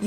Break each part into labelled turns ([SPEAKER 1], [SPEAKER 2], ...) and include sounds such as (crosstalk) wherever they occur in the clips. [SPEAKER 1] 二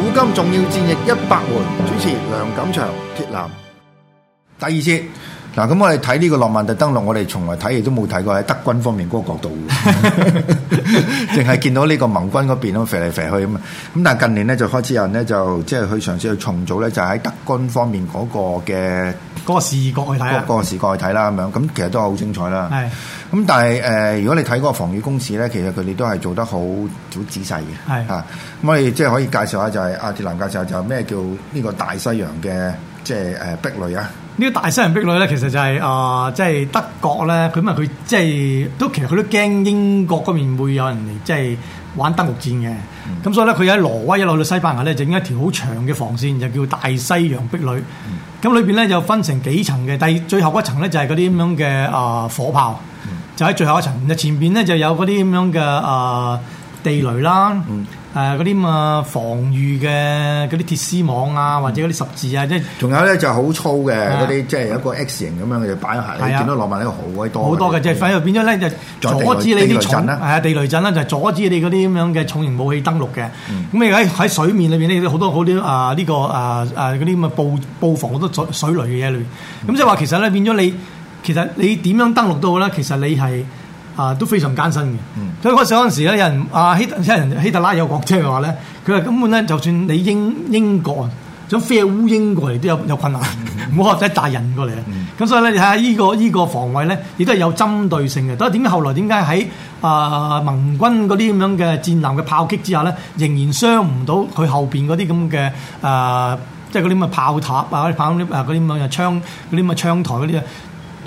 [SPEAKER 2] 古今重要戰役一百回，主持梁錦祥、鐵男。第二節嗱，咁我哋睇呢個《諾曼第登陸》，我哋從來睇亦都冇睇過喺德軍方面嗰個角度嘅，淨係見到呢個盟軍嗰邊咁肥嚟肥去咁啊。咁但係近年咧就開始有人咧就即係去嘗試去重組咧，就喺德軍方面嗰個嘅
[SPEAKER 3] 嗰個視覺去睇
[SPEAKER 2] 嗰
[SPEAKER 3] 啊，
[SPEAKER 2] 個視角去睇啦咁樣。咁其實都係好精彩啦。
[SPEAKER 3] 係
[SPEAKER 2] 咁但係誒、呃如果你睇嗰個防禦公事咧，其實佢哋都係做得好好仔細嘅。
[SPEAKER 3] 係
[SPEAKER 2] 啊，咁我哋即係可以介紹下就係、啊阿鐵男介紹下就係咩叫呢個大西洋嘅即係誒壁壘啊。
[SPEAKER 3] 呢個大西洋壁壘咧，其實就係、啊、即係德國咧，佢因為佢即係都其實佢都驚英國嗰邊會有人嚟即係玩登陸戰嘅，咁、所以咧佢喺挪威一路到西班牙咧，就已經一條好長嘅防線，就叫大西洋壁壘。咁裏邊咧就分成幾層嘅，第最後嗰層咧就係嗰啲咁樣嘅啊火炮，就喺最後一層。就前邊咧就有嗰啲咁樣嘅啊地雷啦。誒嗰啲咁啊防禦嘅嗰啲鐵絲網啊，或者嗰啲十字啊，即係
[SPEAKER 2] 仲有咧就好粗嘅
[SPEAKER 3] 啊
[SPEAKER 2] 嗰啲，即係有一個 X 型咁樣，佢就擺喺下。你
[SPEAKER 3] 係啊
[SPEAKER 2] 見到浪漫呢個好鬼多嘅，
[SPEAKER 3] 好多嘅，即係反而變咗咧就
[SPEAKER 2] 仲有地
[SPEAKER 3] 阻止你
[SPEAKER 2] 雷
[SPEAKER 3] 啲
[SPEAKER 2] 地雷陣
[SPEAKER 3] 重
[SPEAKER 2] 啦
[SPEAKER 3] 係啊地雷陣啦，就係阻止你嗰啲咁樣嘅重型武器登陸嘅。
[SPEAKER 2] 嗯
[SPEAKER 3] 咁你喺喺水面裏邊咧，有好多好啲啊呢個啊啊嗰啲咁嘅布布防好多水水雷嘅嘢裏邊。
[SPEAKER 2] 嗯
[SPEAKER 3] 咁即係話其實咧變咗你其實你點樣登陸都好啦，其實你係。啊，都非常艱辛嘅。
[SPEAKER 2] 嗯
[SPEAKER 3] 所以嗰時嗰陣時咧，有人啊希特有人希特拉有講即係話咧，佢話根本咧，就算你英英國啊想飛烏英過嚟都有 (laughs) 有困難，唔好話一大人過嚟啊！咁所以咧，你睇下呢個依、個防衞咧，亦都係有針對性嘅。但係點解後來點解喺啊盟軍嗰啲咁樣嘅戰艦嘅炮擊之下咧，仍然傷唔到佢後邊嗰啲咁嘅啊，即係嗰啲咁嘅炮塔啊、嗰啲炮啊、嗰啲咁嘅槍、嗰啲咁嘅槍台嗰啲啊，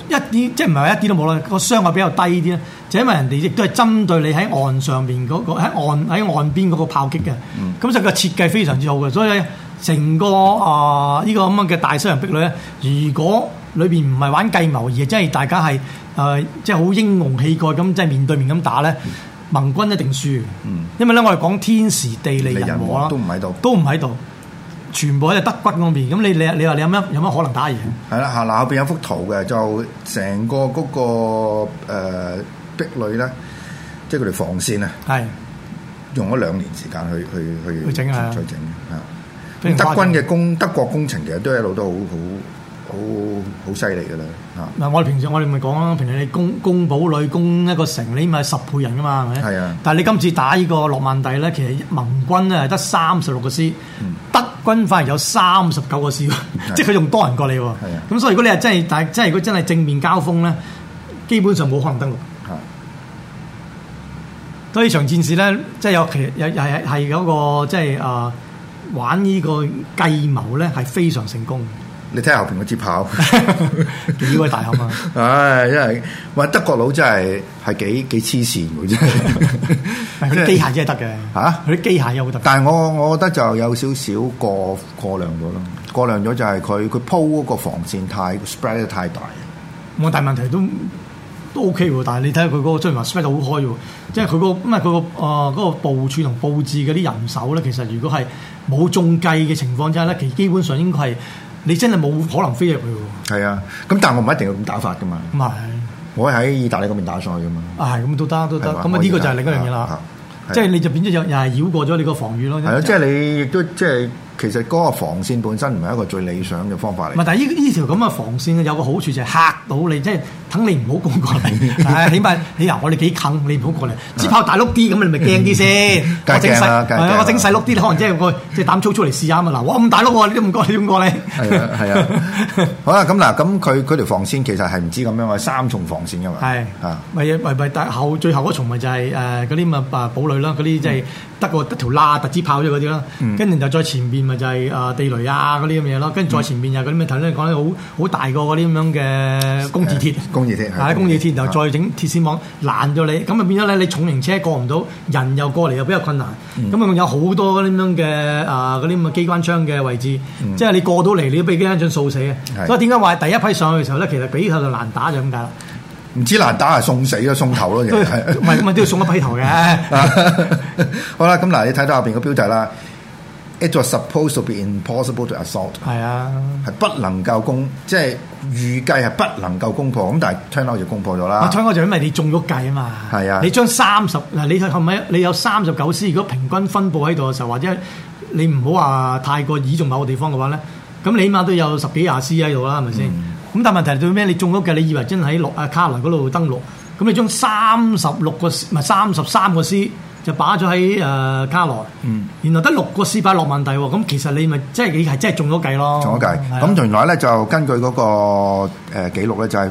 [SPEAKER 3] 一啲即係唔係話一啲都冇啦，個傷害比較低啲咧，就因為人哋亦都係針對你喺岸上邊嗰、個喺岸喺岸邊嗰個炮擊嘅，
[SPEAKER 2] 嗯
[SPEAKER 3] 咁就個設計非常之好嘅，所以成個啊呢、個咁樣嘅大西洋壁壘咧，如果裏邊唔係玩計謀，而係真係大家係誒、呃即係好英雄氣概咁，即係面對面咁打咧。
[SPEAKER 2] 嗯
[SPEAKER 3] 盟軍一定輸嘅，因為咧我哋講天時地
[SPEAKER 2] 利
[SPEAKER 3] 利人
[SPEAKER 2] 嗯人
[SPEAKER 3] 和啦，
[SPEAKER 2] 和都唔喺度
[SPEAKER 3] 都唔喺度，全部喺德軍嗰邊。咁你你你話你有咩有乜可能打贏？
[SPEAKER 2] 係啦，下嗱後邊有幅圖嘅，就成個嗰、個、呃、壁壘咧，即係佢哋防線啊，
[SPEAKER 3] 係
[SPEAKER 2] 用咗兩年時間去去去
[SPEAKER 3] 去整啊
[SPEAKER 2] 去整嘅。啊
[SPEAKER 3] 非
[SPEAKER 2] 德
[SPEAKER 3] 常誇張
[SPEAKER 2] 軍嘅工德國工程其實都一路都好好好好犀利㗎啦嚇。
[SPEAKER 3] 嗱，我哋平時我哋咪講啦，平時你攻攻堡壘攻一個城，你咪十倍人噶嘛，係咪？
[SPEAKER 2] 係啊
[SPEAKER 3] 但係你今次打呢個諾曼第咧，其實盟軍咧係得三十六個師，
[SPEAKER 2] 嗯
[SPEAKER 3] 德軍反而有三十九個師喎， (laughs) 即係佢仲多人過你喎
[SPEAKER 2] 係啊。
[SPEAKER 3] 咁所以如果你係真係，但係真係如果真係正面交鋒咧，基本上冇可能登陸。
[SPEAKER 2] 嚇
[SPEAKER 3] 所以呢場戰事咧，即係有其有有係係嗰個即係啊玩呢個計謀咧係非常
[SPEAKER 2] (laughs)
[SPEAKER 3] 成功
[SPEAKER 2] 你睇下後邊嗰支炮， (laughs)
[SPEAKER 3] 嘅，幾位大俠啊！
[SPEAKER 2] 唉，因為喂德國佬真係係幾幾黐線㗎真
[SPEAKER 3] 但
[SPEAKER 2] 係。
[SPEAKER 3] (laughs) 係佢啲
[SPEAKER 2] 即
[SPEAKER 3] 機
[SPEAKER 2] 係
[SPEAKER 3] 械真係得嘅
[SPEAKER 2] 嚇
[SPEAKER 3] 佢啲機械有好特別。
[SPEAKER 2] (laughs) 但係我我覺得就有少少過過量咗咯，過量咗就係佢佢鋪嗰個防線太 spread 得太大。
[SPEAKER 3] 我大問題都都 OK 喎，但係你睇下佢嗰個雖然話 spread 得好開喎，即係佢個因為佢個誒嗰個部署同佈置嗰啲人手咧，其實如果係冇中計嘅情況之下咧，其實基本上應該係你真係冇可能飛入去喎。
[SPEAKER 2] 係啊，咁但係我唔一定要咁打法㗎嘛，
[SPEAKER 3] 咁啊
[SPEAKER 2] 我喺意大利嗰邊打上去㗎嘛。
[SPEAKER 3] 係，啊係咁都得都得，
[SPEAKER 2] 係嘛
[SPEAKER 3] 咁啊呢個就係另一樣嘢
[SPEAKER 2] 啊
[SPEAKER 3] 啦
[SPEAKER 2] 啊。係啊
[SPEAKER 3] 即係你就變咗又又係繞過咗你個防禦咯。
[SPEAKER 2] 係咯，即係你亦都即係其實嗰個防線本身唔係一個最理想嘅方法
[SPEAKER 3] 唔係，
[SPEAKER 2] 嚟。
[SPEAKER 3] 但係呢呢條咁嘅防線有個好處就係嚇到你，即係等你唔好過過
[SPEAKER 2] (laughs)
[SPEAKER 3] 嚟。唉，起碼你由我哋幾近，你唔好過嚟。
[SPEAKER 2] 啊
[SPEAKER 3] 支炮大碌啲，咁你咪驚啲先。
[SPEAKER 2] 嗯梗
[SPEAKER 3] 我
[SPEAKER 2] 係
[SPEAKER 3] 整
[SPEAKER 2] 驚啦
[SPEAKER 3] 細，
[SPEAKER 2] 梗係驚啦
[SPEAKER 3] 係我整細碌啲，可能即係個即係膽粗粗嚟試下啊嘛。嗱，我咁大碌喎，你都唔過，你點過你？
[SPEAKER 2] 係啊，係
[SPEAKER 3] (laughs)
[SPEAKER 2] 啊，好啦，咁嗱，咁佢佢條防線其實係唔知咁樣嘅，三重防線噶嘛，
[SPEAKER 3] 係
[SPEAKER 2] 啊，
[SPEAKER 3] 咪咪咪，但後最後嗰重咪就係誒嗰啲咪啊堡壘啦，嗰啲即
[SPEAKER 2] 嗯
[SPEAKER 3] 係得個得條罅特支炮咗嗰啲啦，跟住就再前邊咪就係誒地雷啊嗰啲咁嘢咯，
[SPEAKER 2] 嗯
[SPEAKER 3] 跟住再前邊又嗰啲咩頭先你講啲好好大個嗰啲咁樣嘅工字
[SPEAKER 2] 誒，
[SPEAKER 3] 鐵
[SPEAKER 2] 工字鐵啊係
[SPEAKER 3] 係工字鐵，然
[SPEAKER 2] 係
[SPEAKER 3] 後再整鐵線網攔咗你，咁啊變咗咧你重型車過唔到，人又過嚟又比較困難，
[SPEAKER 2] 嗯
[SPEAKER 3] 咁啊仲有好多嗰啲咁樣嘅啊嗰啲咁嘅機關槍嘅位置，即係你過到嚟你都俾機關槍掃死
[SPEAKER 2] 嗯係
[SPEAKER 3] 嘅，所以點解話第一批上去嘅時候咧，其實比較就難打就咁解啦。
[SPEAKER 2] 唔知難打係送死咯，送頭咯，其
[SPEAKER 3] 都
[SPEAKER 2] 實
[SPEAKER 3] (laughs) 唔
[SPEAKER 2] 係
[SPEAKER 3] 係咁啊，都要送一批頭嘅。
[SPEAKER 2] (laughs) 好啦，咁嗱，你睇到下邊個標題啦，It was supposed to be impossible to assault，
[SPEAKER 3] 係啊，
[SPEAKER 2] 係不能夠攻，即係預計係不能夠攻破，咁但係 turn out 就攻破咗
[SPEAKER 3] 我
[SPEAKER 2] 啦。
[SPEAKER 3] 聽講就因為你中咗計啊嘛。
[SPEAKER 2] 啊係啊
[SPEAKER 3] 你將三十嗱，你係咪你有三十九師？如果平均分佈喺度嘅時候，或者你唔好話太過倚重某個地方嘅話咧，咁你起碼都有十幾廿師喺度啦，係咪先？
[SPEAKER 2] 嗯
[SPEAKER 3] 咁但係問題係到咩？你中咗計，你以為真係喺落啊卡蘭嗰度登陸，咁你將三十六個師唔係三十三個師。就擺咗喺誒卡羅，
[SPEAKER 2] 嗯
[SPEAKER 3] 然後得六個師擺落曼第喎，咁其實你咪即係你係真係中咗計咯，
[SPEAKER 2] 中咗計。
[SPEAKER 3] 係啊
[SPEAKER 2] 咁原來咧就根據嗰、個誒、呃、記錄咧，就係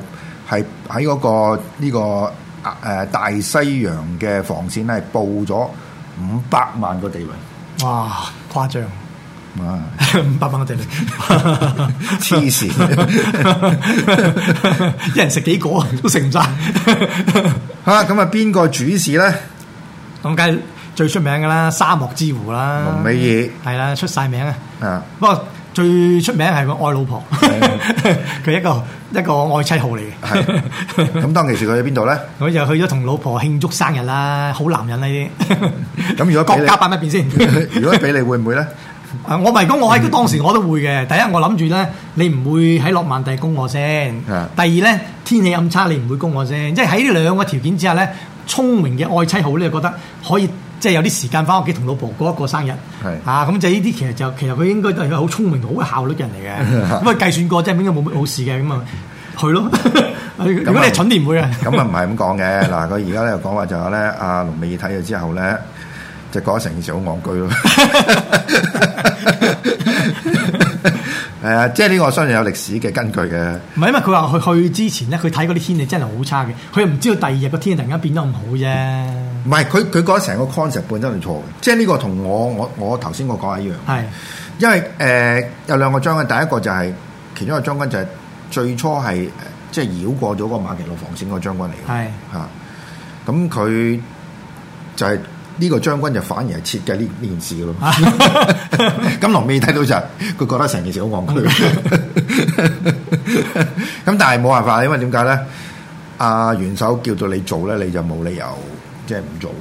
[SPEAKER 2] 係喺嗰個呢、個啊誒大西洋嘅防線咧，係佈咗五百萬個地雷
[SPEAKER 3] 哇誇張！
[SPEAKER 2] 啊！
[SPEAKER 3] (laughs) 五百蚊嘅地雷，
[SPEAKER 2] 黐線
[SPEAKER 3] (laughs) 一人食幾個啊都食唔晒。
[SPEAKER 2] 嚇咁啊，邊個主事咧？
[SPEAKER 3] 咁梗係最出名嘅啦，沙漠之狐啦，
[SPEAKER 2] 蒙美
[SPEAKER 3] 係啦，出晒名啊！
[SPEAKER 2] 爾啊！
[SPEAKER 3] 不過最出名係個愛老婆，佢一個一個愛妻號嚟
[SPEAKER 2] 係
[SPEAKER 3] (laughs) 嘅。
[SPEAKER 2] 咁當其時佢喺邊度
[SPEAKER 3] (laughs)
[SPEAKER 2] 咧？
[SPEAKER 3] 咁就去咗同老婆慶祝生日啦，好男人啦呢啲。
[SPEAKER 2] 咁如果俾
[SPEAKER 3] 國
[SPEAKER 2] 你
[SPEAKER 3] 家擺一邊先。
[SPEAKER 2] (laughs) 如果俾你會唔會咧？
[SPEAKER 3] 啊！我咪講，我
[SPEAKER 2] 嗯
[SPEAKER 3] 喺當時我都會嘅。第一，我諗住咧，你唔會喺落曼第攻我先。
[SPEAKER 2] 啊
[SPEAKER 3] 第二咧，天氣咁差，你唔會攻我先。即係喺呢兩個條件之下咧，聰明嘅愛妻好咧，覺得可以即係有啲時間翻屋企同老婆過一個生日。
[SPEAKER 2] 係
[SPEAKER 3] 啊，咁就呢啲其實就其實佢應該都係個好聰明、好有效率嘅人
[SPEAKER 2] (laughs)
[SPEAKER 3] 嚟嘅。咁啊佢計算過，即係應該冇冇事嘅咁啊，去咯。
[SPEAKER 2] 啊
[SPEAKER 3] (laughs) 如果你係蠢啲唔會嘅。
[SPEAKER 2] 咁啊唔係咁講嘅，嗱佢而家咧又講話就係咧，阿龍美爾睇咗之後咧，就覺得成件事好戇居咯。 (laughs) 係啊，即係呢個我相信有歷史嘅根據嘅。
[SPEAKER 3] 唔係因為佢話佢去之前咧，佢睇嗰啲天氣真係好差嘅，佢又唔知道第二日個天氣突然間變得咁好啫。
[SPEAKER 2] 唔係佢佢覺得成個 concept 本身係錯嘅，即係呢個同我我我頭先我講係一樣，
[SPEAKER 3] 係。
[SPEAKER 2] 因為誒、呃有兩個將軍，第一個就係、其中一個將軍就係最初係呃即係繞過咗個馬其諾防線嗰個將軍嚟嘅，
[SPEAKER 3] 係
[SPEAKER 2] 嚇。咁佢就係、呢個將軍就反而係設計呢呢件事嘅
[SPEAKER 3] (laughs)
[SPEAKER 2] 咯。咁羅美睇到就係佢覺得成件事好戇居。咁但係冇辦法，因為點解咧？阿、元首叫到你做咧，你就冇理由即係唔做啊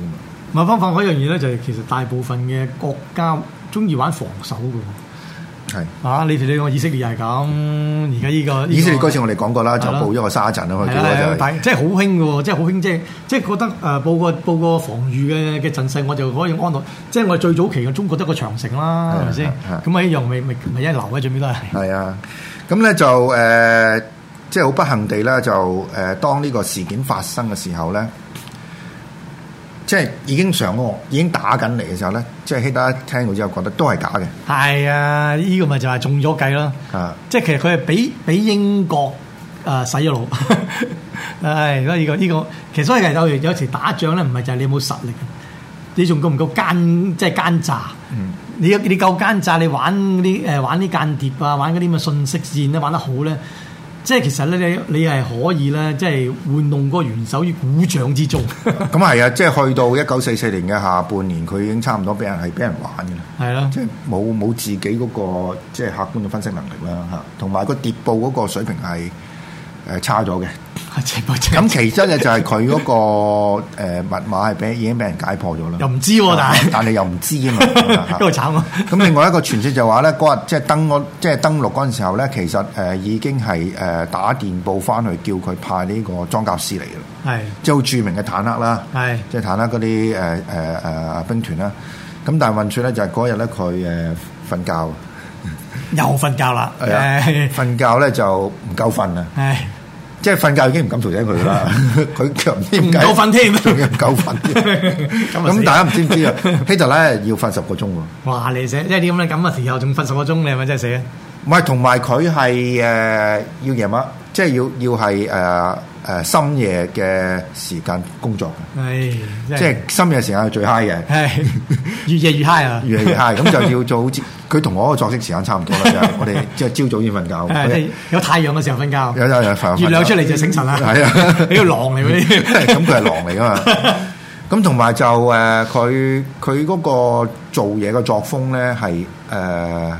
[SPEAKER 2] 嘛。
[SPEAKER 3] 咪方法嗰樣嘢咧，就係其實大部分嘅國家中意玩防守嘅喎。
[SPEAKER 2] 係。
[SPEAKER 3] 啊，你哋呢個以色列又係咁，而家呢個
[SPEAKER 2] 以色列嗰次我哋講過啦，就
[SPEAKER 3] 係啦
[SPEAKER 2] 報咗個沙陣啊嘛，
[SPEAKER 3] 係
[SPEAKER 2] 結
[SPEAKER 3] 啦係啦，
[SPEAKER 2] 果
[SPEAKER 3] 但係即係好興嘅喎，即係好興，即係即係覺得誒、呃、報個報個防禦嘅嘅陣勢，我就可以安樂。即係我哋最早期嘅中國得個長城啦，係咪
[SPEAKER 2] 係
[SPEAKER 3] 先
[SPEAKER 2] 係？係
[SPEAKER 3] 咁啊一樣咪咪咪一流嘅，最尾都係。
[SPEAKER 2] 就係係啊，咁咧就誒、呃即係好不幸地啦，就誒、呃、當呢個事件發生嘅時候咧，即係已經上岸，已經打緊嚟嘅時候咧，即係希特一聽到之後覺得都係假嘅，
[SPEAKER 3] 係啊，呢、個咪就係中咗計啦。
[SPEAKER 2] 啊
[SPEAKER 3] 即係其實佢係俾俾英國誒、呃洗咗腦。 (laughs) 唉，所以呢、個呢、個其實所以其實有有時打仗咧，唔係就係你有冇實力，你仲夠唔夠奸即係奸詐。
[SPEAKER 2] 嗯
[SPEAKER 3] 你你夠奸詐，你玩嗰啲誒玩啲間諜啊，玩嗰啲咁嘅信息戰咧，玩得好咧，即係其實咧你你係可以咧，即係玩弄嗰個元首於股掌之中。
[SPEAKER 2] (laughs) 咁係啊，即係去到一九四四年嘅下半年，佢已經差唔多俾人係俾人玩嘅啦。
[SPEAKER 3] 係咯
[SPEAKER 2] 即，係冇冇自己嗰、個即係客觀嘅分析能力啦嚇，同埋個諜報嗰個水平係誒、呃差咗嘅。
[SPEAKER 3] (laughs)
[SPEAKER 2] 咁其實咧就係佢嗰個誒密碼係俾已經俾人解破咗啦。啊
[SPEAKER 3] 又唔知喎但係
[SPEAKER 2] 但係又唔知
[SPEAKER 3] (laughs)
[SPEAKER 2] 啊嘛。
[SPEAKER 3] 因為慘啊
[SPEAKER 2] 咁另外一個傳説就話咧，嗰日即係登嗰即係登陸嗰陣時候咧，其實誒已經係誒打電報翻去叫佢派呢個裝甲師嚟嘅啦。
[SPEAKER 3] 係
[SPEAKER 2] 即係好著名嘅坦克啦，
[SPEAKER 3] 係
[SPEAKER 2] 即係呃坦克嗰啲誒誒誒兵團啦。咁但係運輸咧就係嗰日咧佢誒呃瞓覺。
[SPEAKER 3] 又瞓覺啦，
[SPEAKER 2] 係啊
[SPEAKER 3] 唉，
[SPEAKER 2] 瞓覺咧就唔夠瞓啊！
[SPEAKER 3] 唉，
[SPEAKER 2] 即係瞓覺已經唔敢嘈醒佢
[SPEAKER 3] (laughs)
[SPEAKER 2] 啦，佢腳唔知點解
[SPEAKER 3] 唔夠瞓添 (laughs)
[SPEAKER 2] 仲要唔夠瞓。
[SPEAKER 3] 咁啊死
[SPEAKER 2] 咁大家唔知唔知啊？希特拉要瞓十個鐘喎，
[SPEAKER 3] 哇你死，即係點咧？咁嘅時候仲瞓十個鐘，你係咪真係死啊？
[SPEAKER 2] 唔係同埋佢係誒要夜晚，即係要要係誒誒深夜嘅時間工作
[SPEAKER 3] 唉，
[SPEAKER 2] 嘅，
[SPEAKER 3] 真
[SPEAKER 2] 即係深夜時間係最 high 嘅。
[SPEAKER 3] 唉，越夜越 high 啊！
[SPEAKER 2] (laughs) 越嚟越 high，咁就要做好似佢同我個作息時間差唔多啦，就係我哋即係朝早先瞓覺
[SPEAKER 3] 唉即係
[SPEAKER 2] 我
[SPEAKER 3] 有太陽嘅時候瞓覺，
[SPEAKER 2] 有有有瞓
[SPEAKER 3] 月亮出嚟就醒神啦。
[SPEAKER 2] 係
[SPEAKER 3] (laughs)
[SPEAKER 2] 啊
[SPEAKER 3] 你個狼嚟嗰
[SPEAKER 2] 哋。
[SPEAKER 3] 啲。
[SPEAKER 2] (laughs) 咁佢係狼嚟噶嘛？咁同埋就誒，佢佢嗰個做嘢嘅作風咧係誒，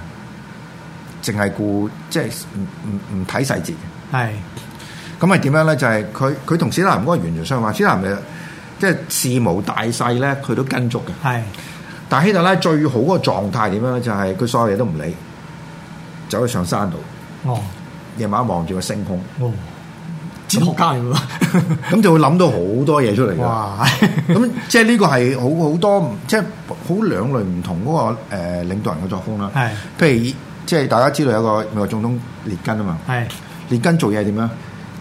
[SPEAKER 2] 淨係顧即係唔唔唔睇細節嘅。
[SPEAKER 3] 係
[SPEAKER 2] 咁係點樣咧？就係佢佢同史達林嗰個完全相反。史達林嘅即係事無大細咧，佢都跟足嘅。
[SPEAKER 3] 係
[SPEAKER 2] 但係希特拉最好嗰個狀態點樣咧？就係佢所有嘢都唔理，走去上山度，
[SPEAKER 3] 哦
[SPEAKER 2] 夜晚望住個星空，
[SPEAKER 3] 哦，哲學家
[SPEAKER 2] (laughs)
[SPEAKER 3] 嚟喎！
[SPEAKER 2] 咁就會諗到好多嘢出嚟㗎。
[SPEAKER 3] 哇！
[SPEAKER 2] 咁即係呢個係好好多唔即係好兩類唔同嗰個誒領導人嘅作風啦。
[SPEAKER 3] 係
[SPEAKER 2] 譬如即係大家知道有個美國總統列根啊嘛，
[SPEAKER 3] 係
[SPEAKER 2] 列根做嘢係點樣？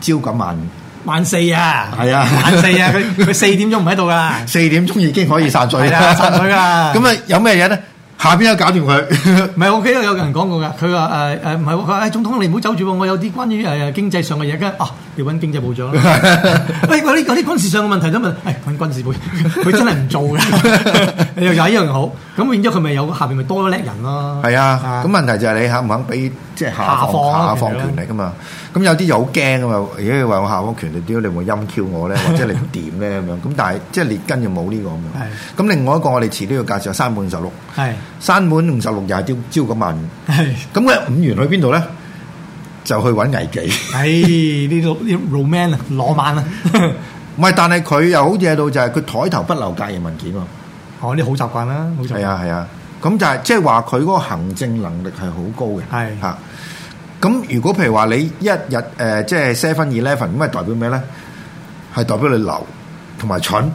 [SPEAKER 2] 朝九晚五。
[SPEAKER 3] 萬四啊！
[SPEAKER 2] 係啊
[SPEAKER 3] 萬四啊！佢佢四點鐘唔喺度㗎。
[SPEAKER 2] 四點鐘已經可以散水
[SPEAKER 3] 係
[SPEAKER 2] 啦，
[SPEAKER 3] 啦散水啦
[SPEAKER 2] (laughs) 咁啊，有咩嘢咧？下邊有搞掂佢， (laughs)
[SPEAKER 3] 唔係，我記得有人講過㗎，佢話誒誒唔係喎，佢話誒總統你唔好走住喎，我有啲關於誒經濟上嘅嘢，跟住啊你揾經濟部長啦。喂，嗰啲嗰啲軍事上嘅問題都問，誒揾軍事部長，佢真係唔做㗎，又又係一樣好。咁變咗佢咪有下邊咪多叻人咯。
[SPEAKER 2] 係啊。咁問題就係你肯唔肯俾即係下
[SPEAKER 3] 下放
[SPEAKER 2] 放
[SPEAKER 3] 啊
[SPEAKER 2] 下放
[SPEAKER 3] 其實
[SPEAKER 2] 權力啊嘛？咁有啲就好驚啊嘛！如果你話我下放權力，屌你會陰 Q 我
[SPEAKER 3] (laughs)
[SPEAKER 2] 咧，或者你唔掂咧咁樣。咁但係即係列根就冇呢個咁樣。咁另外一個我哋遲啲要介紹係山本五十六，
[SPEAKER 3] 係
[SPEAKER 2] 山本五十六又係朝朝九晚五。
[SPEAKER 3] 係。
[SPEAKER 2] 咁嘅五元去邊度咧？就去揾危機。 (laughs)
[SPEAKER 3] 唉，呢度呢 roman 啊，浪漫啊，
[SPEAKER 2] 唔係，但係佢又好嘢到就係佢抬頭不留隔夜文件喎。
[SPEAKER 3] 哦，呢好習慣啦，好習慣。
[SPEAKER 2] 係，啊係啊，咁就係即係話佢嗰個行政能力係好高嘅，
[SPEAKER 3] 係
[SPEAKER 2] 嚇。咁如果譬如話你一日誒、呃即係 seven eleven，咁係代表咩咧？係代表你流同
[SPEAKER 3] (laughs)
[SPEAKER 2] 埋蠢，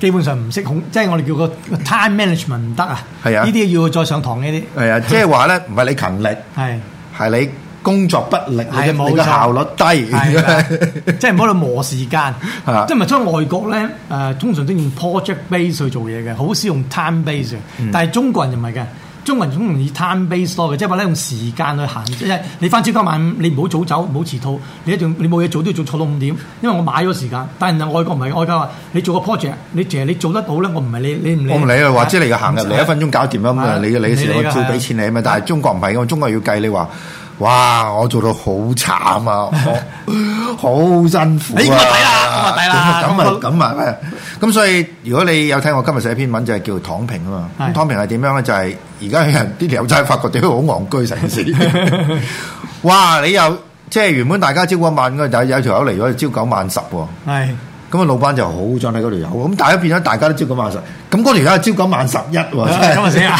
[SPEAKER 3] 基本上唔識控，即係我哋叫個 time management 唔得啊。
[SPEAKER 2] 係啊
[SPEAKER 3] 呢啲要再上堂呢啲。
[SPEAKER 2] 係啊，即係話咧唔係你勤力，
[SPEAKER 3] 係
[SPEAKER 2] 係你工作不力，你嘅
[SPEAKER 3] 係冇
[SPEAKER 2] 你嘅
[SPEAKER 3] 錯
[SPEAKER 2] 效率
[SPEAKER 3] 係啦，
[SPEAKER 2] (laughs) 低。
[SPEAKER 3] 即係唔好喺度磨時間。
[SPEAKER 2] 啊
[SPEAKER 3] 即係咪所以外國咧誒、通常都用 project base 去做嘢嘅，好少用 time base 嘅。
[SPEAKER 2] 嗯
[SPEAKER 3] 但係中國人就唔係嘅。中國人通常以 time base 多嘅，即係話咧用時間去行，即係你翻朝九晚五，你唔好早走，唔好遲到，你一定你冇嘢做都要做錯到五點，因為我買咗時間。但係外國唔係，外國話你做個 project，你其實你做得到咧，我唔係你你唔理。啊
[SPEAKER 2] 我唔理啊啦，或者你嘅行入嚟一分鐘搞掂啦，咁啊
[SPEAKER 3] 係
[SPEAKER 2] 你嘅你嘅事
[SPEAKER 3] 唔理
[SPEAKER 2] 我
[SPEAKER 3] 你㗎
[SPEAKER 2] 照
[SPEAKER 3] 係
[SPEAKER 2] 俾
[SPEAKER 3] 啊
[SPEAKER 2] 錢你啊嘛。但係中國唔係㗎嘛，中國要計你話，哇！我做到好慘啊，我 (laughs) 好辛苦啊。
[SPEAKER 3] 你咁啊抵啦咁啊抵啦
[SPEAKER 2] 咁啊
[SPEAKER 3] 咁
[SPEAKER 2] 咁啊咩咁所以如果你有聽我今日寫篇文就係叫躺平啊嘛。咁
[SPEAKER 3] 係
[SPEAKER 2] 躺平係點樣咧？就係而家有人啲友仔發覺屌好戇居成件
[SPEAKER 3] (laughs)
[SPEAKER 2] 事。哇！你又即係原本大家朝九晚五嘅，但係有條友嚟咗朝九晚十喎。
[SPEAKER 3] 係。
[SPEAKER 2] 咁啊，老闆就好想睇嗰條友，咁大家變咗大家都朝九晚十，咁嗰條友係啊朝九晚十一喎，真係
[SPEAKER 3] 咁啊死啦！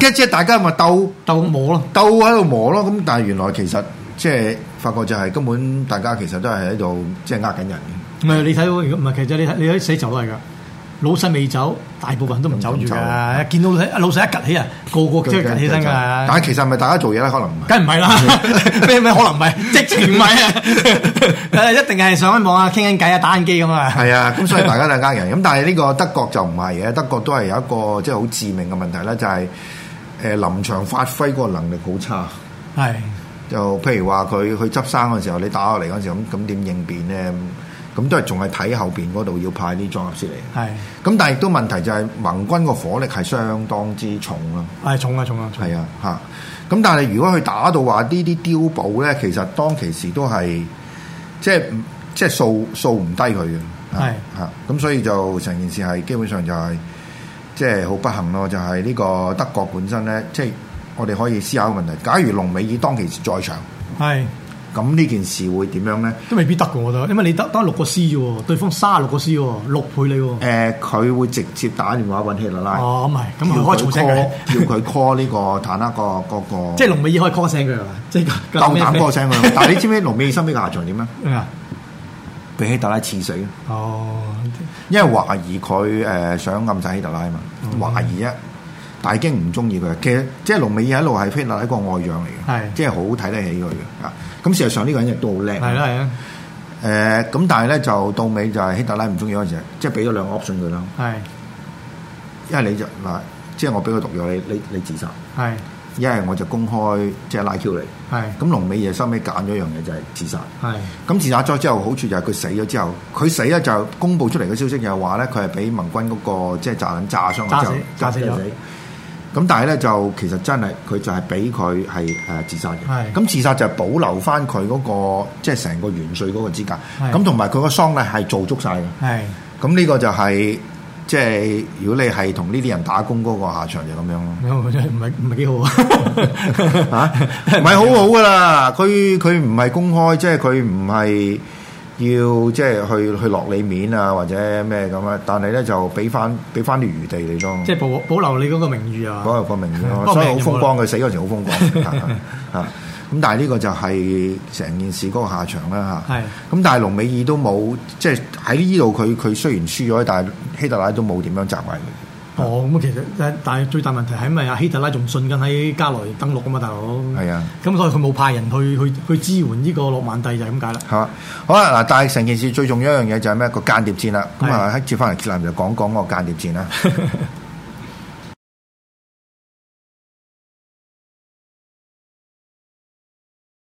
[SPEAKER 2] 跟住 (laughs) 即係大家咪鬥
[SPEAKER 3] 鬥我咯，
[SPEAKER 2] 鬥喺度磨咯，咁但係原來其實即係發覺就係根本大家其實都係喺度即係呃緊人嘅，
[SPEAKER 3] 唔係你睇到，如果唔係其實你睇你喺寫就都係㗎。老細未走，大部分都唔走住
[SPEAKER 2] 唔走
[SPEAKER 3] 㗎。見到老細一趌起啊，個個即係趌起身
[SPEAKER 2] 但
[SPEAKER 3] 㗎
[SPEAKER 2] 係。其實係咪大家做嘢咧？可能
[SPEAKER 3] (laughs)
[SPEAKER 2] 唔係。
[SPEAKER 3] 梗唔係啦，咩咩可能唔係，即情唔係啊！ (laughs) 一定係上緊網啊，傾緊偈啊，打緊機咁啊。
[SPEAKER 2] 係啊，咁所以大家都係呃人。咁但係呢個德國就唔係嘅，德國都係有一個即係好致命嘅問題咧，就係、誒臨場發揮嗰個能力好差。
[SPEAKER 3] 係
[SPEAKER 2] 就譬如話佢去執生嘅時候，你打落嚟嗰陣時候，咁咁點應變咧？咁都係仲係睇後邊嗰度要派啲裝甲師嚟。
[SPEAKER 3] 係
[SPEAKER 2] 咁但係亦都問題就係盟軍個火力係相當之重咯。
[SPEAKER 3] 係重啊重啊重啊！
[SPEAKER 2] 係啊，嚇。咁但係如果佢打到話呢啲碉堡咧，其實當其時都係即係唔即係掃掃唔低佢嘅。嚇
[SPEAKER 3] 係
[SPEAKER 2] 嚇，咁所以就成件事係基本上就係、即係好不幸咯，就係、呢個德國本身咧，即係我哋可以思考個問題。假如隆美爾當其時在場。
[SPEAKER 3] 係
[SPEAKER 2] 咁呢件事會點樣咧？
[SPEAKER 3] 都未必得㗎，我覺得，因為你得得六個 C 啫喎，對方卅六個 C 喎，六倍你喎。
[SPEAKER 2] 誒、佢會直接打電話揾希特拉，
[SPEAKER 3] 哦，唔係，
[SPEAKER 2] 叫
[SPEAKER 3] 咁佢可以
[SPEAKER 2] 佢
[SPEAKER 3] 嘈醒佢
[SPEAKER 2] call，，叫佢 call 呢個坦克個嗰個，
[SPEAKER 3] (laughs) 即係龍尾爾可以 call 醒佢係嘛？即係
[SPEAKER 2] 夠膽 call 聲
[SPEAKER 3] (laughs)
[SPEAKER 2] 佢。但係你知唔知龍尾心呢個下場點咧？
[SPEAKER 3] 咩啊？
[SPEAKER 2] 俾希特拉刺死，
[SPEAKER 3] 哦，嗯
[SPEAKER 2] 因為懷疑佢誒、想暗殺希特拉啊嘛，懷疑啫。大經唔中意佢。其實即係隆美爾一路係菲勒一個外將嚟
[SPEAKER 3] 係
[SPEAKER 2] 嘅，即係好睇得起佢嘅。啊，咁事實上呢個人亦都好叻。
[SPEAKER 3] 係啦係啦，
[SPEAKER 2] 誒咁，但係咧就到尾就係希特拉唔中意嗰陣時，即係俾咗兩個 option 佢啦。
[SPEAKER 3] 係
[SPEAKER 2] 一係你就嗱，即係我俾個毒藥你，你你自殺；
[SPEAKER 3] 係
[SPEAKER 2] 一係我就公開即係拉 Q 你。
[SPEAKER 3] 係
[SPEAKER 2] 咁龍尾嘢收尾揀咗一樣嘢就係自殺。
[SPEAKER 3] 係
[SPEAKER 2] 咁自殺咗之後，好處就係佢死咗之後，佢死咧就公佈出嚟嘅消息就係話咧，佢係俾盟軍嗰、個即係炸彈炸傷咗之後
[SPEAKER 3] 炸死炸死咗。
[SPEAKER 2] 咁但係咧就其實真係佢就係俾佢係誒自殺
[SPEAKER 3] 係
[SPEAKER 2] 嘅。咁自殺就係保留翻佢嗰個即係成個元帥嗰個資格。
[SPEAKER 3] 係
[SPEAKER 2] 咁同埋佢個喪禮係做足晒嘅。
[SPEAKER 3] 係
[SPEAKER 2] 咁呢個就係、即係如果你係同呢啲人打工嗰個下場就咁樣咯。
[SPEAKER 3] (laughs) 唔係唔係幾好啊 (laughs)
[SPEAKER 2] 嚇， (laughs) 唔係好好噶啦，佢佢唔係公開，即係佢唔係要即係去去落你面啊，或者咩咁啊，但係咧就俾翻俾翻啲餘地你咯，
[SPEAKER 3] 即係保保留你嗰個名譽啊！
[SPEAKER 2] 嗰個個名
[SPEAKER 3] 嗰
[SPEAKER 2] 咯，
[SPEAKER 3] 個
[SPEAKER 2] 所以好
[SPEAKER 3] 名
[SPEAKER 2] 風光，佢死嗰時好風
[SPEAKER 3] (laughs)
[SPEAKER 2] 光嚇嚇咁但係呢個就係成件事嗰個下場啦嚇。
[SPEAKER 3] 係
[SPEAKER 2] 咁但係隆美爾都冇，即係喺呢度佢佢雖然輸咗，但係希特拉都冇點樣責怪佢。
[SPEAKER 3] 哦，咁其實但但係最大問題係因為阿希特拉仲信緊喺加來登陸啊嘛，大佬。
[SPEAKER 2] 係啊。
[SPEAKER 3] 咁所以佢冇派人去去去支援呢個諾曼第就係咁解啦。
[SPEAKER 2] 係嘛？好啦，嗱，但係成啊件事最重要一樣嘢就係咩？個間諜戰啦。咁啊，接翻嚟鐵男就講講個間諜戰啦。